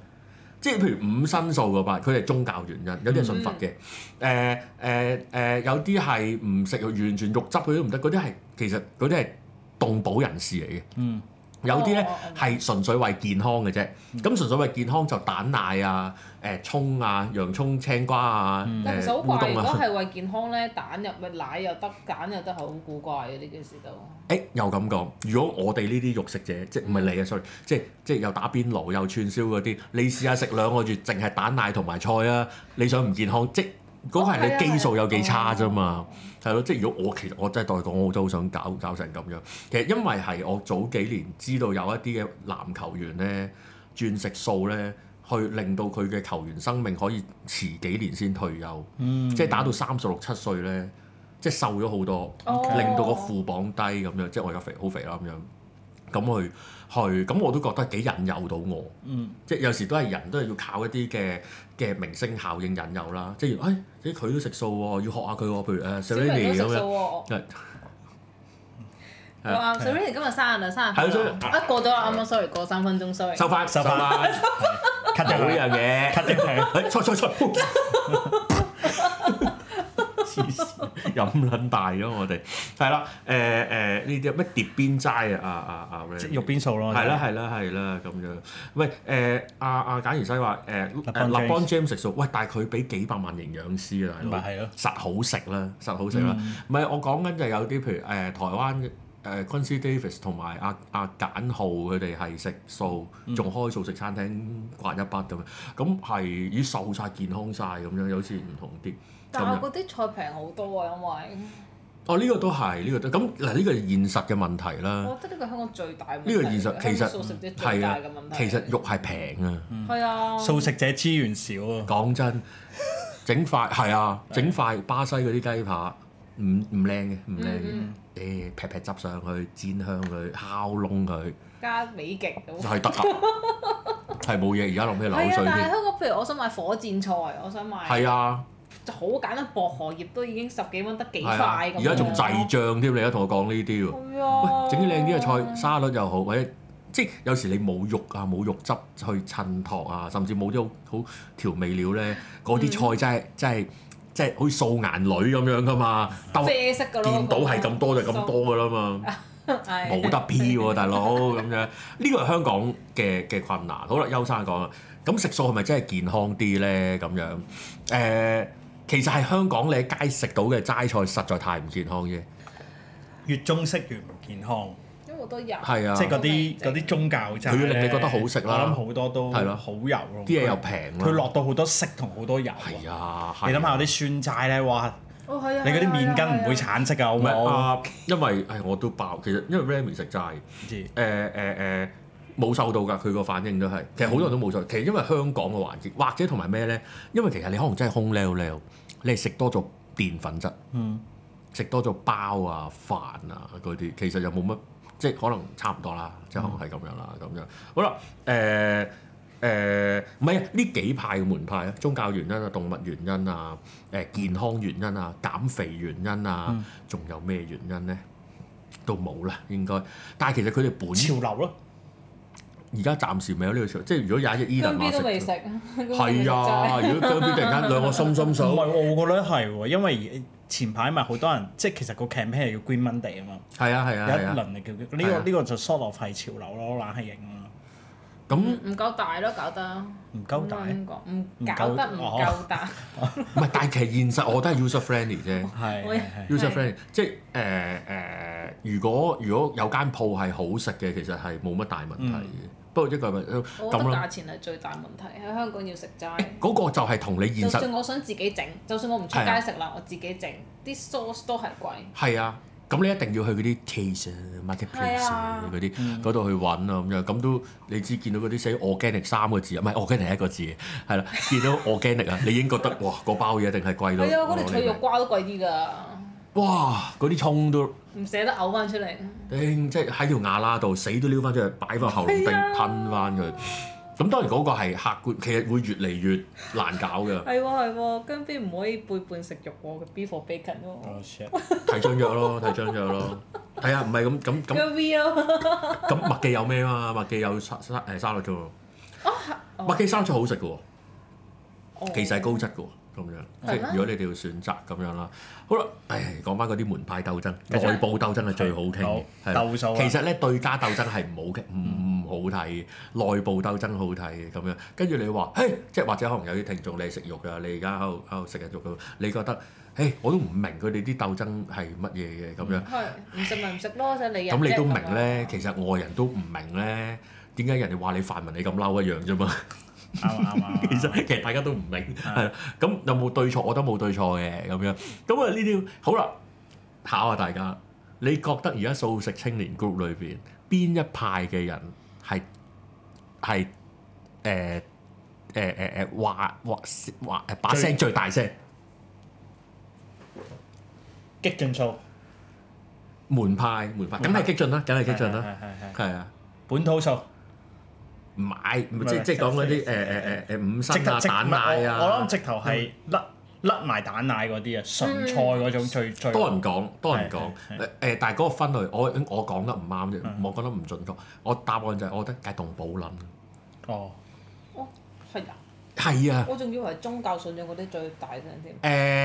即係譬如五辛素嗰班，佢哋係宗教原因，有啲係信佛嘅，
嗯
誒誒誒，有啲係唔食完全肉汁佢都唔得，嗰啲係其實嗰啲係動保人士嚟嘅。
嗯，
有啲咧
哦哦嗯哦
係純粹為健康嘅啫，咁純粹為健康就蛋奶啊、誒葱啊、洋葱、青瓜啊、
嗯但
誒
其實好
烏
怪，
冬
如
啊
果。係為健康咧，蛋又咪奶又得，蛋又得，係好古怪嘅呢件事都。
誒又咁講，如果我哋呢啲肉食者，即係唔係你啊？sorry，即係即係又打邊爐又串燒嗰啲，你試下食兩個月，淨係蛋奶同埋菜啊，你想唔健康？即係嗰個係你基數有幾差啫嘛，係咯、即係如果我其實我真係代講，我都好想搞搞成咁樣。其實因為係我早幾年知道有一啲嘅籃球員咧轉食素咧，去令到佢嘅球員生命可以遲幾年先退休，
嗯
即係打到三十六七歲咧，即係瘦咗好多。
哦
令到個負磅低咁樣，即係我而家肥好肥啦咁樣，咁去去咁我都覺得幾引誘到我，
嗯，
即係有時都係人都係要靠一啲嘅嘅明星效應引誘啦，即係誒，咦佢都食素喎，要學下佢喎，譬如誒
小明都
Selene
食
咁
素
樣，
喎。
係係
哇 s o r r y 今日生日啦，生日快
係
樂！
所以
啊過咗啦，啱啱 sorry 過三分鐘，sorry。
收翻
收翻 *laughs*
翻，
咳
冇呢
咗佢
樣嘢，哎
咳咗
誒
佢，
錯錯錯， *laughs* 黐線飲撚大咗我哋，係啦誒誒呢啲咩碟邊齋啊啊啊啊咩
即係肉邊數咯，
係啦，係啦係啦咁樣，喂誒阿阿簡賢西話誒誒
LeBron
立
James
邦 James 食素，喂但係佢俾幾百萬營養師啊，大佬
咪係咯嗯
實好食啦，實好食啦，唔係我講緊就有啲譬如誒台灣誒 Quincy Davis 同埋阿阿簡浩佢哋係食素，
嗯
仲開素食餐廳刮一筆咁樣，咁係咦瘦晒健康晒咁樣，有時唔同啲咁
但係
樣。
我嗰啲菜平好多啊，因為
哦呢個都係呢個都咁嗱呢個係現實嘅問題啦。
我覺得呢個香港最大問題
呢個現實其
香港素食
實
者最
係
大
啊
嘅問，題。
其實肉係平啊。
係啊，
素食者資源少啊，
講真，整塊係啊，整塊巴西嗰啲雞扒唔唔靚嘅，唔靚
Ừ,
嘅
嗯。
誒劈劈汁上去，煎香佢，烤窿佢
加美極
就
咁。
係
*laughs*
得㗎，係冇嘢。而家落咩流
係啊，
水
但係
添？
香港譬如我想買火箭菜，我想買
係啊，
就好簡單，薄荷葉都已經十幾蚊得幾
係啊，
塊咁樣。
而家仲滯漲添，你而家同我講呢啲喎。
係啊。
喂，整啲靚啲嘅菜沙律又好，或者即係有時你冇肉啊，冇肉汁去襯托啊，甚至冇啲好好調味料咧，嗰啲菜真係真係真係好似素顏女咁樣噶嘛，兜
啡色嘅咯。
啊見到係咁多就咁多噶啦嘛，
係。
冇得 P 喎，大佬咁樣，呢個係香港嘅嘅困難。好啦，邱生講啦，咁食素係咪真係健康啲咧？咁樣誒、其實係香港你喺街食到嘅齋菜實在太唔健康啫，
越中式越唔健康，
因為好多油。
係啊，
即係嗰啲嗰啲宗教就
佢要令你覺得好食啦
我諗好多都
係咯
好油咯，
啲嘢又平啦
佢落到好多色同好多油啊。
係啊，係啊
你諗下嗰啲酸齋咧，哇！
哦，係啊。
你嗰啲
係啊
面筋唔會。
係啊
橙色㗎，好
唔
唔
係
好？
啊，因為係我都爆，其實因為 Remy 食齋，
唔知
誒誒誒冇受到㗎，佢個反應都係，其實好多人都冇受，其實因為香港嘅環節，或者同埋咩咧，因為其實你可能真係空溜溜，你係食多咗澱粉質，
嗯，
食多咗包啊、飯啊嗰啲，其實又冇乜，即係可能差唔多啦，即係可能係咁樣啦，咁樣好啦，誒誒，唔係啊，呢幾派嘅門派啊，宗教原因啊、動物原因啊、誒、健康原因啊、減肥原因啊，仲、有咩原因咧？都冇啦，應該。但係其實佢哋
潮
本
流咯，
而家暫時未有呢個潮，即係如果有一隻 e
姜
n 話
邊都未食
食，。
*laughs* 姜
係啊！
邊
如果姜 B 突然間兩個心心
唔 *laughs* 係
手，
喎我覺得係喎，因為前排咪好多人，即係其實個 campaign 係叫 Green Monday 啊嘛，
係啊係
有
啊
一
係啊。
輪係叫呢
係啊
個呢個就 sort of 係潮流咯，懶係型啊，
咁
都未食真係唔夠大咯，搞得。
唔夠大，
咁講唔
唔夠哦
搞得唔夠大。
唔係，但係其實現實我覺得係 user friendly 啫。
係
我
係係
user
係
friend，即係誒誒，如果如果有間鋪係好食嘅，其實係冇乜大問題嘅。
嗯
不過一個係呃
我覺得
咁啦，
價錢係最大問題，喺香港要食齋。
嗰個就係同你現
就
實
算我想自己整，就算我唔出
係啊
街食啦，我自己整啲 sauce 都係貴。
係啊。咁你一定要去嗰啲 case 啊、marketplace 啊
係啊
嗰啲嗰度去揾啊咁樣，咁都你知見到嗰啲寫 organic 三個字啊，唔係 organic 一個字，係啦，見到 organic
*laughs*
啊，你已經覺得哇嗰包嘢一定係貴到
係啊，嗰
攞
條
你
脆肉
命
瓜都貴啲㗎，
哇嗰啲葱都〜
唔捨得嘔翻出嚟。
頂，即係喺條牙罅度死都撩翻出去，擺翻喉嚨定
係啊
吞翻佢。咁當然嗰個係客觀，其實會越嚟越難搞嘅。
係喎係喎，姜 B 唔可以背叛食肉喎，佢 B for bacon 喎。
哦
Oh shit
睇張約咯，睇張約咯。係啊，唔係咁咁咁
姜 B 啊咯，
咁麥記有咩嘛？麥記有沙沙誒沙律嘅喎，麥
哦
記沙律好食嘅喎，*laughs*
哦
其實係高質嘅喎，咁樣。即
係咩
係如果你哋要選擇咁樣啦，好啦，唉，講翻嗰啲門派鬥爭，
繼續
內部鬥爭係最好傾嘅
好，
係啦
鬥數啊
其實咧對家鬥爭係唔好嘅，唔唔好睇嘅，內部鬥爭好睇嘅咁樣。跟住你話，誒，即係或者可能有啲聽眾你係食肉㗎，你而家喺度喺度食緊肉咁，你覺得，誒，我都唔明佢哋啲鬥爭係乜嘢嘅咁樣。
係唔食咪唔食咯，即係你人啫
咁你都明
咁
咧
樣，
其實外人都唔明咧，點解人哋話你泛民你咁嬲一樣啫嘛。
啱啊啱啊，
其實其實大家都唔明，係啦。咁有冇對錯？我覺得冇對錯嘅咁樣。咁啊呢啲好啦，考下大家，你覺得而家素食青年 group 裏邊邊一派嘅人係係誒誒誒誒話話話誒把聲最大聲？
激進數，
門派門派，梗係激進啦，梗係激進啦，
係，係係係
係啊。
本土數，
唔買，唔
唔
即
係
即係講嗰啲誒
啊即
誒誒誒五
直
辛
頭
啊、
直
蛋奶啊，嗯
我我諗直頭係甩甩埋蛋奶嗰啲啊，
嗯
純菜嗰種最最
多人講，多人講誒
係係
誒，但係嗰個分類，我我講得唔啱啫，
嗯
我講得唔準確。我答案就係我覺得解動保撚。
哦，
哦係啊，
係啊，
我仲以為宗教信仰嗰啲最大聲添。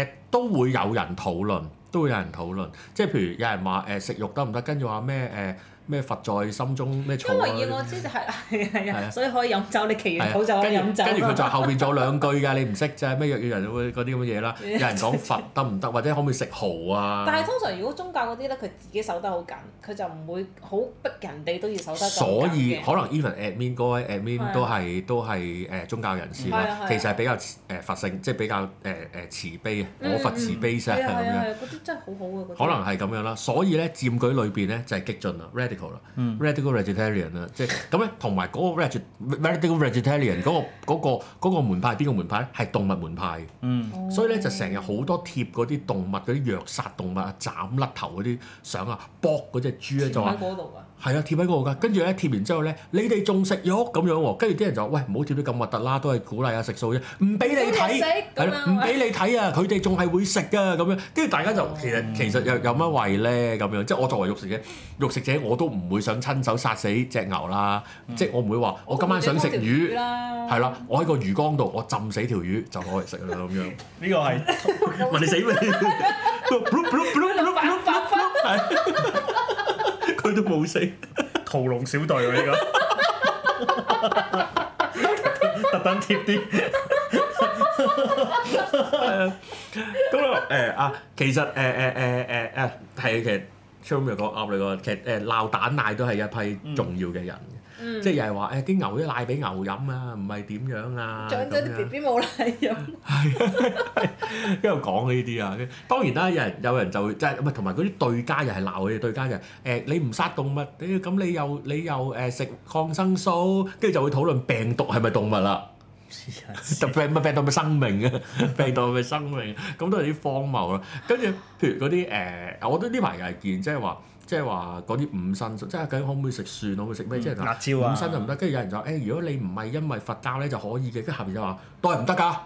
誒都會有人討論，都會有人討論。即係譬如有人話誒食肉得唔得，跟住話咩誒咩佛在心中咩草
因
啊
為以我知就係係係
係啊
啊，所以可以飲酒，你祈
係
完
啊
禱就可以飲
跟住
酒。
跟住佢就後邊仲有兩句㗎，你唔識啫，咩藥藥人會嗰啲咁嘅嘢啦。有人講佛得唔得，或者可唔可以食蠔啊？
*laughs* 但係通常如果宗教嗰啲咧，佢自己守得好緊，佢就唔會好逼人哋都要守得咁緊
所以
嘅
可能 even admin 嗰位 admin
係啊
都係都係誒宗教人士
係啊
啦
係，啊
其實係比較誒佛性，即係比較誒誒慈悲啊，
嗯
我佛慈悲啫
係啊
咁
係啊
樣，
係啊，嗰啲真係好好嘅嗰
可
啲。
能係咁樣啦。所以咧佔據裏邊咧就係激進啦，radical 啦
嗯
，radical vegetarian 啦，即係咁咧，同埋嗰個 radi- radical vegetarian 嗰個嗰個嗰個門派係邊個門派咧？係動物門派。
嗯，
哦
所以咧就成日好多貼嗰啲動物嗰啲虐殺動物啊、斬甩頭嗰啲相啊，搏嗰只豬咧就話
喺。嗰度啊，
係啊，貼喺嗰度㗎。跟住咧貼完之後咧，你哋仲食肉咁樣喎。跟住啲人就話喂，唔好貼得咁核突啦，都係鼓勵下啊食素啫，唔俾你
都有食
睇，係
咁
啦唔
樣
俾你睇啊！佢哋仲係會食㗎咁樣。跟住大家就
嗯
其實其實有有乜為咧咁樣？即係我作為肉食者，肉食者我都唔會想親手殺死只牛啦。
嗯
即係我唔會話我今晚想食魚，
啦，
係啦，我喺個魚缸度我浸死條魚就攞嚟食啦咁
*laughs*
樣。
呢個
*laughs*
係
問你死未？
反反反
佢都冇死。
屠龍小隊喎，呢個 *laughs* 特登貼啲
咁啊誒啊，其實誒誒誒誒誒係其實 c h a r m 又講啱你講，其實誒鬧蛋奶都係一
嗯
批重要嘅人嘅，即係又係話誒啲牛啲奶俾牛飲啊，唔係點樣啊
長咗啲 B B 冇奶
*laughs*
飲，
一路講呢啲啊，跟當然啦，有人有人就會即係唔係同埋嗰啲對家又係鬧佢哋對家就係、誒你唔殺動物，屌咁你又你又誒食抗生素，跟住就會討論病毒係咪動物啦。就病咪病到咪生命啊，病到咪生命，啊咁都係啲荒謬啦。跟住譬如嗰啲誒，我覺得呢排又係見，即係話即係話嗰啲五辛，即係究竟可唔可以食蒜，可唔可以食咩？即係
辣椒啊
五辛就唔得。跟住有人就話誒、如果你唔係因為佛教咧就可以嘅，跟住下邊就話都係唔得㗎。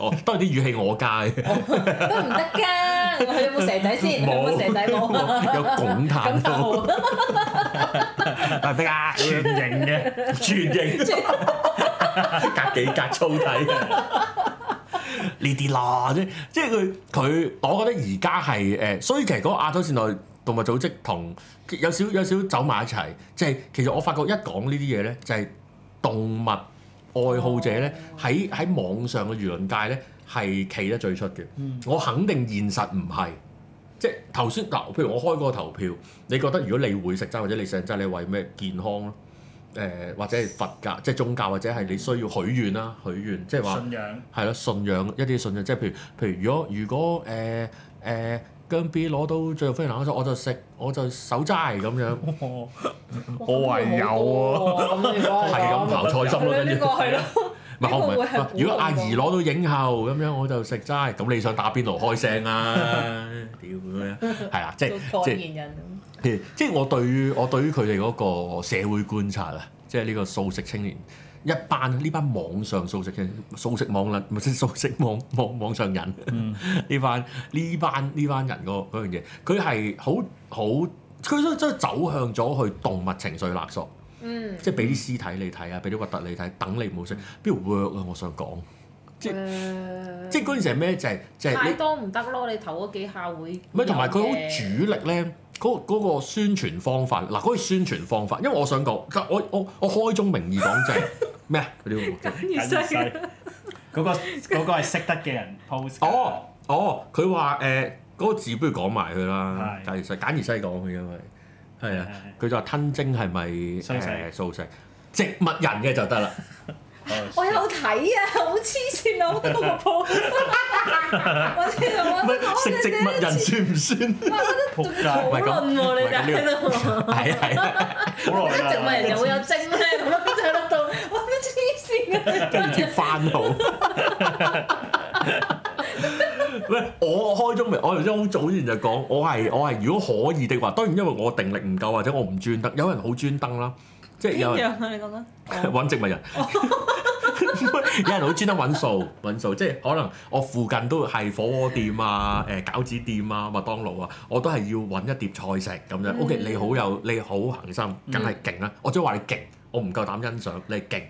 哦，當然啲語氣我加嘅，
都唔得㗎。佢有冇蛇仔先？有冇蛇仔冇？
有拱
咁
炭
就
*laughs* 都
好。
唔得啊，
*laughs* 全形嘅。
*laughs* 全形，隔幾格粗體嘅呢啲啦，即即係佢佢，我覺得而家係誒，所以其實嗰個亞洲善待動物組織同有少有少走埋一齊，即係其實我發覺一講呢啲嘢咧，就係、動物愛好者咧喺喺網上嘅輿論界咧係企得最出嘅。我肯定現實唔係。即係頭先嗱，譬如我開個投票，你覺得如果你會食齋或者你食齋，你為咩健康咯？誒、或者係佛教，即係宗教，或者係你需要許願啦，許願即係話
信仰 *laughs*
係咯，信仰一啲信仰，即係譬如譬如如果如果誒誒姜 B 攞到最後飛行嗰陣，我就食我就守齋咁
*laughs*
樣，我
啊
話有喎
咁如果
係咁刨菜啊心咯，跟
呢
住
個係咯。
唔係
呢個
我唔
會係
係
鼓，
如果阿
勵
姨
我
攞到影後咁樣，我就食齋。咁你想打邊爐開聲
*laughs*
啊？屌咁樣係啦，即係啊
做
即
代
係。
言人咁。
誒即係我對於我對於佢哋嗰個社會觀察啊，即係呢個素食青年一班呢班網上素食嘅素食網撚，唔係 *laughs* 素食網網網上人，呢、班呢班呢班人嗰嗰樣嘢，佢係好好佢真真係走向咗去動物情緒勒索，
嗯，
即係俾啲屍體你睇啊，俾啲核突你睇，等你唔好食，邊度 work 啊？我想講，即
誒
即係嗰陣時係咩？就係、就係、
太
你。
多唔得咯，你頭嗰幾下會
唔係同埋佢好
有嘅
主力咧，嗰、嗰個宣傳方法嗱，嗰、個宣傳方法，因為我想講，我我我開宗明義講就係咩啊？嗰啲我
緊要
緊
犀利
細嗰個嗰個係識得嘅人 post 㗎
哦，哦，佢話誒嗰個字不如講埋佢啦，
係
簡而西簡而西講佢因為係啊
係，
佢就話吞精係咪
素食
誒素食植物人嘅就得啦，
*laughs* 我有睇啊，好黐線啊！我覺得嗰個 *laughs* p 我知道我
唔係食植物人算唔算？
仆街，
討論喎，你哋喺度。
*laughs* 係係係
好
*laughs*
耐啦
植物人又會有精咧，咁樣就喺度，我都黐線啊！
跟住貼番號。 *laughs* 喂，我開宗明，我頭先好早之前就講，我係我係如果可以的話，當然因為我定力唔夠或者我唔專登，有人好專登啦，即係有
邊
人
樣啊？你講緊？
揾植物人，有人好專登揾數揾數，即係可能我附近都係火鍋店啊、誒餃子店啊、麥當勞啊，我都係要揾一碟菜食咁樣。O.K. 你好有你好恒心，梗係勁啦！我只係話你勁，我唔夠膽欣賞你勁，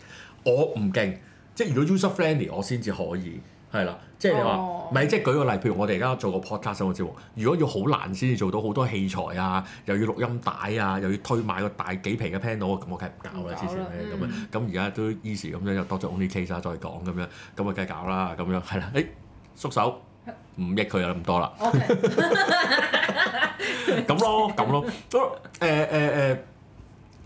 我唔勁。即係如果 user friendly 我先至可以係啦。即係你話
哦
咪即係舉個例，譬如我哋而家做個 podcast 咁嘅節目，如果要好難先至做到好多器材啊，又要錄音帶啊，又要推買個大幾皮嘅 panel 啊，咁我梗係唔搞啦，
唔搞啦
之前咧咁樣
嗯。
咁而家都 easy 咁樣，又多咗 only case 啦，再講咁樣，咁啊梗係搞啦，咁樣係 *laughs* 啦，誒、縮 *laughs* 手唔益佢啦，咁多啦，
哦 OK，
咁 *laughs* 咯，咁咯，咁誒誒誒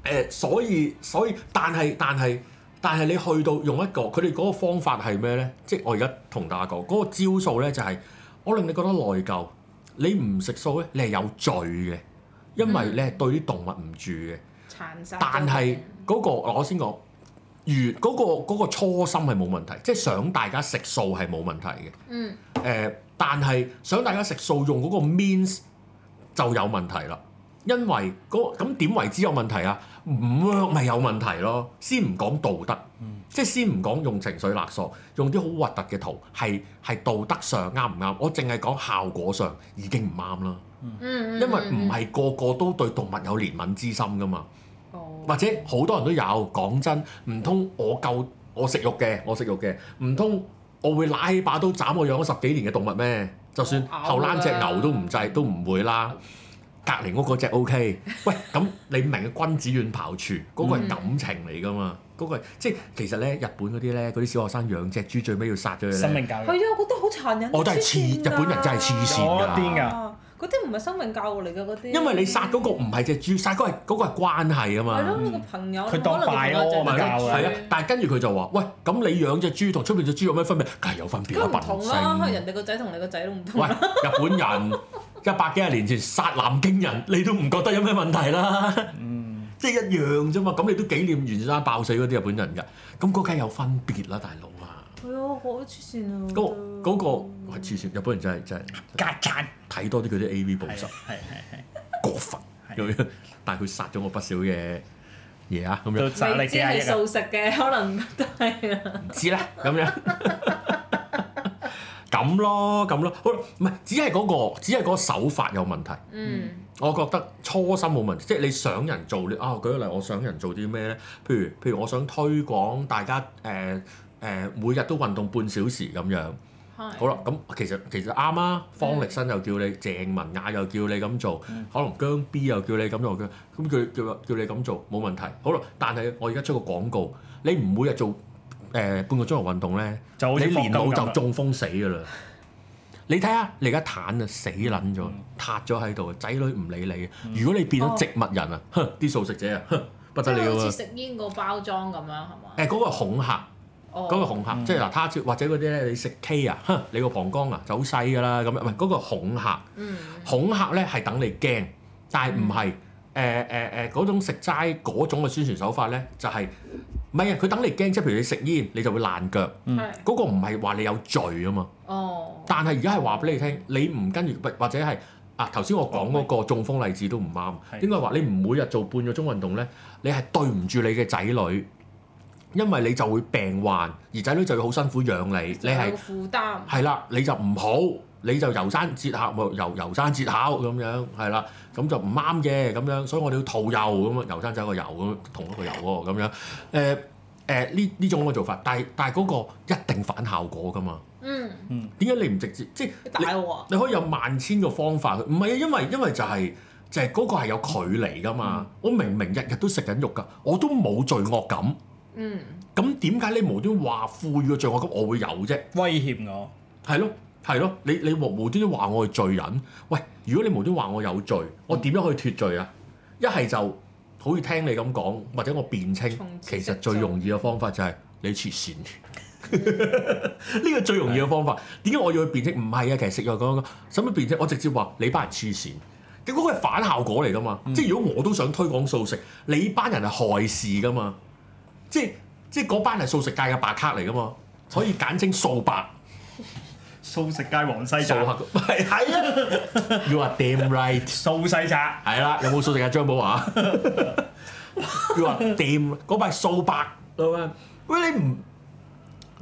誒，所以所以，但係但係但係你去到用一個佢哋嗰個方法係咩咧？即係我而家同大家講嗰、個招數咧，就係、我令你覺得內疚，你唔食素咧，你係有罪嘅，因為你係對啲動物唔住嘅。
殘殺。
但係嗰、個我先講，如嗰、個嗰個初心係冇問題，即係想大家食素係冇問題嘅。
嗯，
誒、但係想大家食素用嗰個 means 就有問題啦。因為嗰咁點為之有問題啊？唔 work 咪有問題咯。先唔講道德，即係先唔講用情緒勒索，用啲好核突嘅圖，係係道德上啱唔啱？我淨係講效果上已經唔啱啦，因
嗯，
為唔係個個都對動物有憐憫之心噶嘛。
嗯唔
或者好多人都有。講真，唔通我夠我食肉嘅，我食肉嘅，唔通我會拉起把刀斬我養咗十幾年嘅動物咩？就算後欄只牛都唔制，都唔會啦。隔離屋嗰只 O K，喂，咁你唔明君子遠庖廚嗰、個係感情嚟噶嘛？嗰、個係即係其實咧，日本嗰啲咧，嗰啲小學生養只豬，最尾要殺咗佢
生
咧。
命教
係
育，
啊，我覺得好殘忍。
我都係
啊
黐，日本人真係黐線
我癲
㗎
㗎。
啊！嗰啲唔係生命教育嚟嘅嗰啲。
因為你殺嗰個唔係只豬，殺嗰係嗰個係關係啊嘛。
係咯，你個朋友
佢當拜
可能
柯
你
咪
個
教
仔
啊
係啊，但係跟住佢就話：喂，咁你養只豬同出面只豬有咩分別？梗係有分別啦，
咁唔
笨
同啦，可能
性。
人哋個仔同你個仔都唔同
喂，。日本人一百幾廿年前殺南京人，你都唔覺得有咩問題啦？
嗯，
即係一樣啫嘛。咁你都紀念袁山爆死嗰啲日本人㗎，咁嗰梗係有分別啦，大佬啊！
係啊，我覺得黐線啊！
嗰
我
嗰
覺
個係黐線，日本人真係真係
曱甴
睇多啲佢啲 A V 報
係
仇
係，係
過分咁樣。但係佢殺咗我不少嘅嘢啊，咁
係，
樣
都
係
賺你
你
幾
知
廿
係
億啊！
素食嘅，可能都係啊。
唔知咧，咁樣 *laughs* 咁咯，咁咯，好啦，唔係只係嗰、個，只係嗰個手法有問題。
嗯，
我覺得初心冇問題，即係你想人做你啊，舉個例，我想人做啲咩咧？譬如譬如我想推廣大家誒誒、每日都運動半小時咁樣。好
好
啦，咁其實其實啱啊，方力申又叫你，鄭文雅又叫你咁做，
嗯
可能姜 B 又叫你咁做，咁佢叫叫你咁做冇問題。好啦，但係我而家出個廣告，你唔每日做誒、呃半個鐘頭運動咧，
就好
你
似
年
霍
老
金咁啊
就
啦
中風死㗎啦。你睇下，你而家攤啊，死撚
嗯
咗，塌咗喺度，仔女唔理你。啊如果你變咗植物人啊，哼啲素食者啊，哼不
哦即
得
係
了
好
啊
似！食煙個包裝咁樣係嘛？
誒嗰個係恐嚇。
哦
嗰個恐嚇，
嗯
即係嗱，他朝或者嗰啲咧，你食 K 啊，哼，你個膀胱啊就好細㗎啦，咁樣唔係嗰個恐嚇，
嗯
恐嚇咧係等你驚，但係唔係誒誒誒嗰種食齋嗰種嘅宣傳手法咧，就係唔係啊？佢等你驚，即係譬如你食煙，你就會爛腳，
嗯
係
嗰個唔係話你有罪啊嘛，
哦
但係而家係話俾你聽，你唔跟住，或或者係啊頭先我講嗰個中風例子都唔啱，
係
應該話你唔每日做半個鐘運動咧，你係對唔住你嘅仔女，因為你就會病患，而仔女就要好辛苦養你，你
有
係
個負擔
係啦，你就唔好，你就遊山節考，咪遊遊山節考咁樣，係啦，咁就唔啱嘅咁樣，所以我哋要逃遊咁啊，遊山就係一個遊咁，同一個遊喎咁樣，誒誒呢呢種嘅做法，但係但係嗰個一定反效果噶嘛，
嗯
點解你唔直接即係
你
你
打我啊
你可以有萬千個方法，唔係啊，因為因為就係、就係、嗰個係有距離噶嘛。我明明日日都食緊肉㗎，我都冇罪惡感。
嗯
咁點解你無端話賦予個罪惡感，我會有啫？
威脅我，
係咯，係咯，你你無無端端話我係罪人，喂，如果你無端話我有罪，
嗯
我點樣可以脱罪啊？一係就好似聽你咁講，或者我辯稱
從，此
其
直
實最容易嘅方法就係你黐線，
*laughs*
呢個最容易嘅方法。點解我要去辯稱？唔係啊，其實食藥講講，使乜辯稱？我直接話你班人黐線。結果佢係反效果嚟噶嘛？
嗯
即係如果我都想推廣素食，你班人係害事噶嘛？即係即係嗰班係素食界嘅白卡嚟噶
哦
嘛？所以簡稱素白。
素食街黃西
數
澤，
下，係係啊！You are damn right，
素西澤，
係啦，有冇數食啊張寶 *laughs* 華？You are damn，嗰塊數百咁樣，喂你唔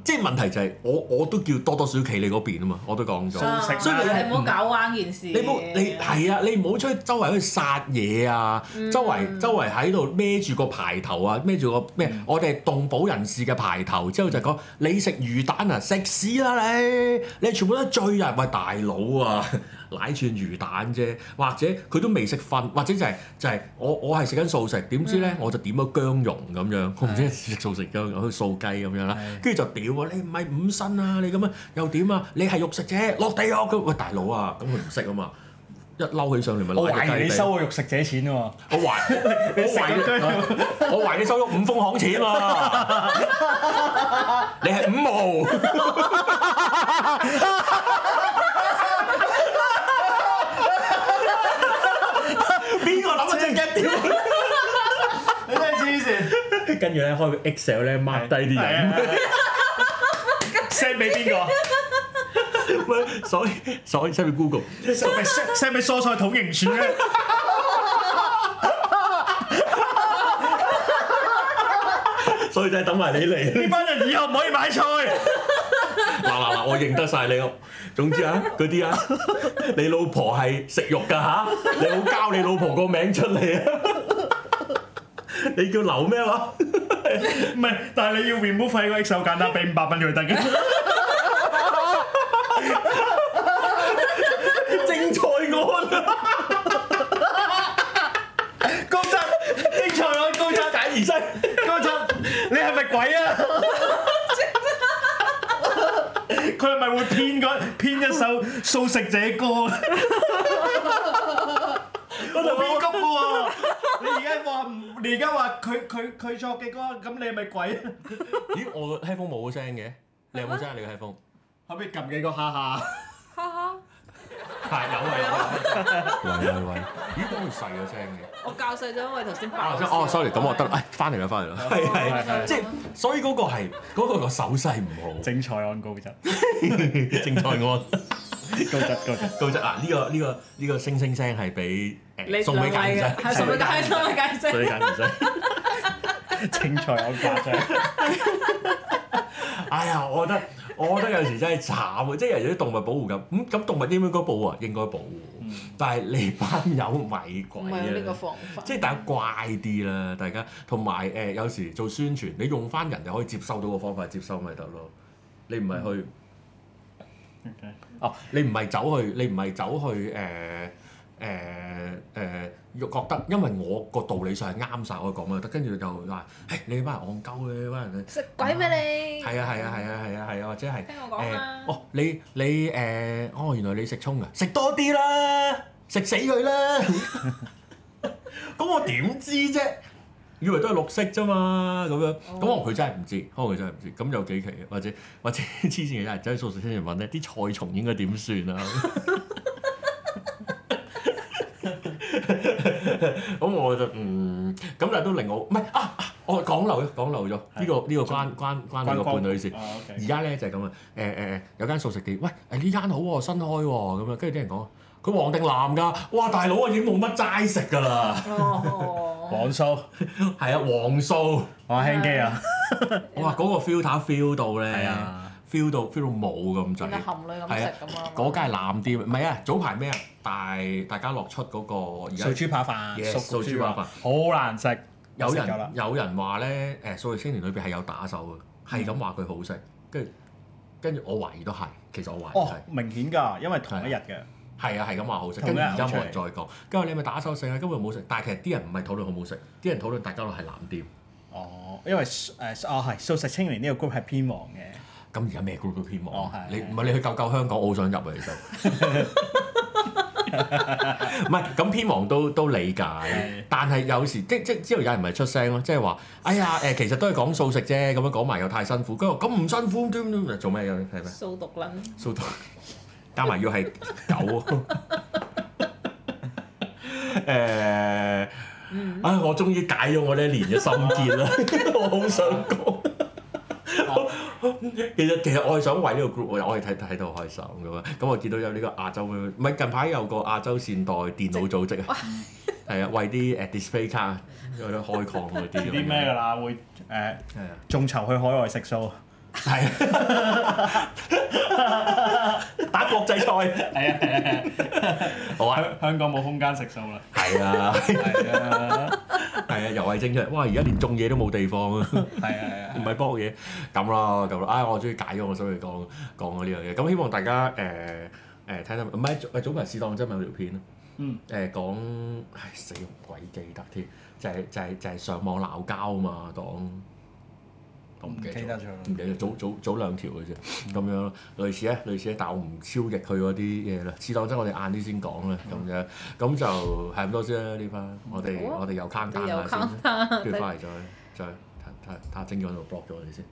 即係問題就係、我我都叫多多少少企你嗰邊啊嘛，我都講咗。
啊
食
所以你係
唔好搞彎件事。
你冇你係啊！你唔好出去周圍去殺嘢啊！周圍周圍喺度孭住個牌頭啊，孭住個咩？我哋係動保人士嘅牌頭，之後就講你食魚蛋啊，食屎啦你！你全部都罪人，喂大佬啊！ *laughs* 奶串魚蛋啫，或者佢都未食瞓，或者就係、就係、我我係食緊素食，點知咧我就點咗姜蓉咁樣，我唔知食素食姜蓉，好似素雞咁樣啦，跟住就屌啊！你唔係五辛啊，你咁樣又點啊？你係肉食者，落地獄咁喂大佬啊！咁佢唔識啊嘛，一嬲起上嚟咪
我
拉隻
懷疑
雞
你
髀
收我肉食者錢喎，
我懷
*laughs*
我
食
懷
咗姜蓉
你， *laughs* 我懷疑你收咗五封行錢
*laughs*
啊！你係五毛。邊個
啊
諗得正一屌？
你真係黐線。
跟住咧開個 Excel 咧 mark 低啲
啊
人，
send 俾 *laughs* 邊個
喂所以所以出面 Google。
？send 俾 send 俾蔬菜統營處咧，
所以真係等埋你嚟。呢班人以後唔可以買菜。嗱嗱嗱，我認得晒你。總之啊，嗰啲啊，你老婆係食肉㗎吓，你好交你老婆個名出嚟啊！你叫劉咩話？
唔係，但係你要 remove 喺個 X 好簡單，俾五百蚊佢得嘅。
精菜安啊！
高質，精彩我高質，
解而生。
高質，你係咪鬼啊？佢係咪會編個編一首素食者歌啊？我同編曲嘅喎，你而家話唔，你而家話佢佢佢作嘅歌，咁你係咪鬼啊？
咦，我個 headphone 冇聲嘅，你有冇聲啊？你個 headphone
可唔可以撳幾個哈哈？
哈哈，
係有啊有啊。喂喂喂！咦，點會細個聲嘅？
我教細咗，因為頭先爆
啊
笑。
哦，sorry，咁我得啦，誒，翻嚟啦，翻嚟啦。係係係，即係所以嗰個係嗰個個手勢唔好。
精彩按高質，
正菜安。
高質高質。
到質啊！呢、個呢、個呢、個星星聲係俾誒
你
送俾
兩
解
位
釋
嘅，係送俾解釋，送俾解釋。
解釋。
精彩按高質，
*laughs* 哎呀，我覺得我覺得有時真係慘啊！即係有啲動物保護咁，咁、咁動物應唔應該保護啊？應該保護，
嗯
但係你班友咪
唔係有呢
鬼
個
啊！
方法。
即係大家怪啲啦，大家同埋誒有時做宣傳，你用翻人哋可以接收到個方法，接收咪得咯。你唔係去哦，你唔係走去，你唔係走去誒誒誒，又覺得因為我個道理上係啱晒，我講咪得，跟住就話誒你班人戇鳩嘅，你班人
食鬼咩你？
係啊係啊係啊係啊係啊，或者係。
聽我
誒、
講啦。
哦，你你誒、哦，原來你食葱啊，食多啲啦，食死佢啦。咁我點知啫？以為都係綠色啫嘛，咁
哦
樣，咁可能佢真係唔知，可能佢真係唔知，咁有幾奇嘅，或者或者 *laughs* 黐線嘅有人走去素食商場問咧，啲菜蟲應該點算啊？咁我就嗯，咁但係都令我唔係啊，啊我講漏咗，講漏咗，呢、個呢、個關關關你個伴侶事。
哦，OK À,
而家咧就係咁啊！誒誒誒，有間素食店，喂哎誒呢間好喎，新開喎，咁啊，跟住啲人講佢黃定藍㗎，哇大佬啊已經冇乜齋食㗎啦，
哦，
黃素，
係啊黃素，
我輕機啊，
我話嗰個 filter feel 到
係
咧
啊
，feel 到 feel 到冇咁
原來
滯，
含淚咁
係
食
啊
咁啊！
嗰間係藍店，唔係啊早排咩啊大大家樂出嗰個而
素
家
豬扒飯，
Yes，素
素
豬
豬
扒
扒飯好難食，
有
我食咗啦
人有人話咧誒素食青年裏邊係有打手嘅，係咁話佢好食，跟住跟住我懷疑都係，其實我懷疑係
哦。明顯㗎，因為同一日嘅，
係啊，係咁話好食，
同
跟
一
住
人
而家
出
冇
嚟
人再講，跟住你咪打手勝啊，根本冇食。但係其實啲人唔係討論好唔好食，啲人討論大家樂係藍店。
哦，因為誒哦係素食青年呢個 group 係偏黃嘅，
咁而家咩 group 都偏
哦
望啊，
係
你
係
唔係你去救救香港，我好想入啊，其實。唔係咁偏望
*laughs*
都都理解
係，
但係有時即即之後有人咪出聲咯，即係話：哎呀誒，其實都係講素食啫，咁樣講埋又太辛苦。跟住我咁唔辛苦，點點做咩嘅？係咩？
掃毒撚。
蘇到加埋要係狗。誒、啊！我終於解咗我呢一年嘅心結啦， *laughs* 我好想講。
哦
其實其實我係想為呢個 group，我我係睇睇到開心咁樣。咁我見到有呢個亞洲，唔係近排有個亞洲善待電腦組織啊，係啊，為啲誒 display 卡有啲開礦嗰
*laughs*
啲咁樣。
啲咩㗎啦？會誒
係啊。
眾籌去海外食素，
係啊打國際賽，
係啊係
好啊，
啊，香港冇空間食素啦，
係啊，
係
*laughs*
啊
係啊，游慧晶出嚟，哇！而家連種嘢都冇地方啊，
係啊
唔係幫嘢咁啦，咁啦，唉，我終於解咗我心裏講講嘅呢樣嘢，咁希望大家誒誒睇得明唔係早早排試當真咪有條片咯，啊
嗯，
誒講唉死我鬼記得添，就係就係就係上網鬧交啊嘛，當我
唔記得咗啦
唔記得，早早早兩條嘅啫，咁樣咯，類似咧，類似咧，但我唔超譯佢嗰啲嘢啦。次當真我哋晏啲先講啦，咁樣，咁就係咁多先啦呢班。我哋
好啊
我哋又 count down
又
下先啦，跟住翻嚟再再睇睇睇下精咗喺度 block 咗我哋先。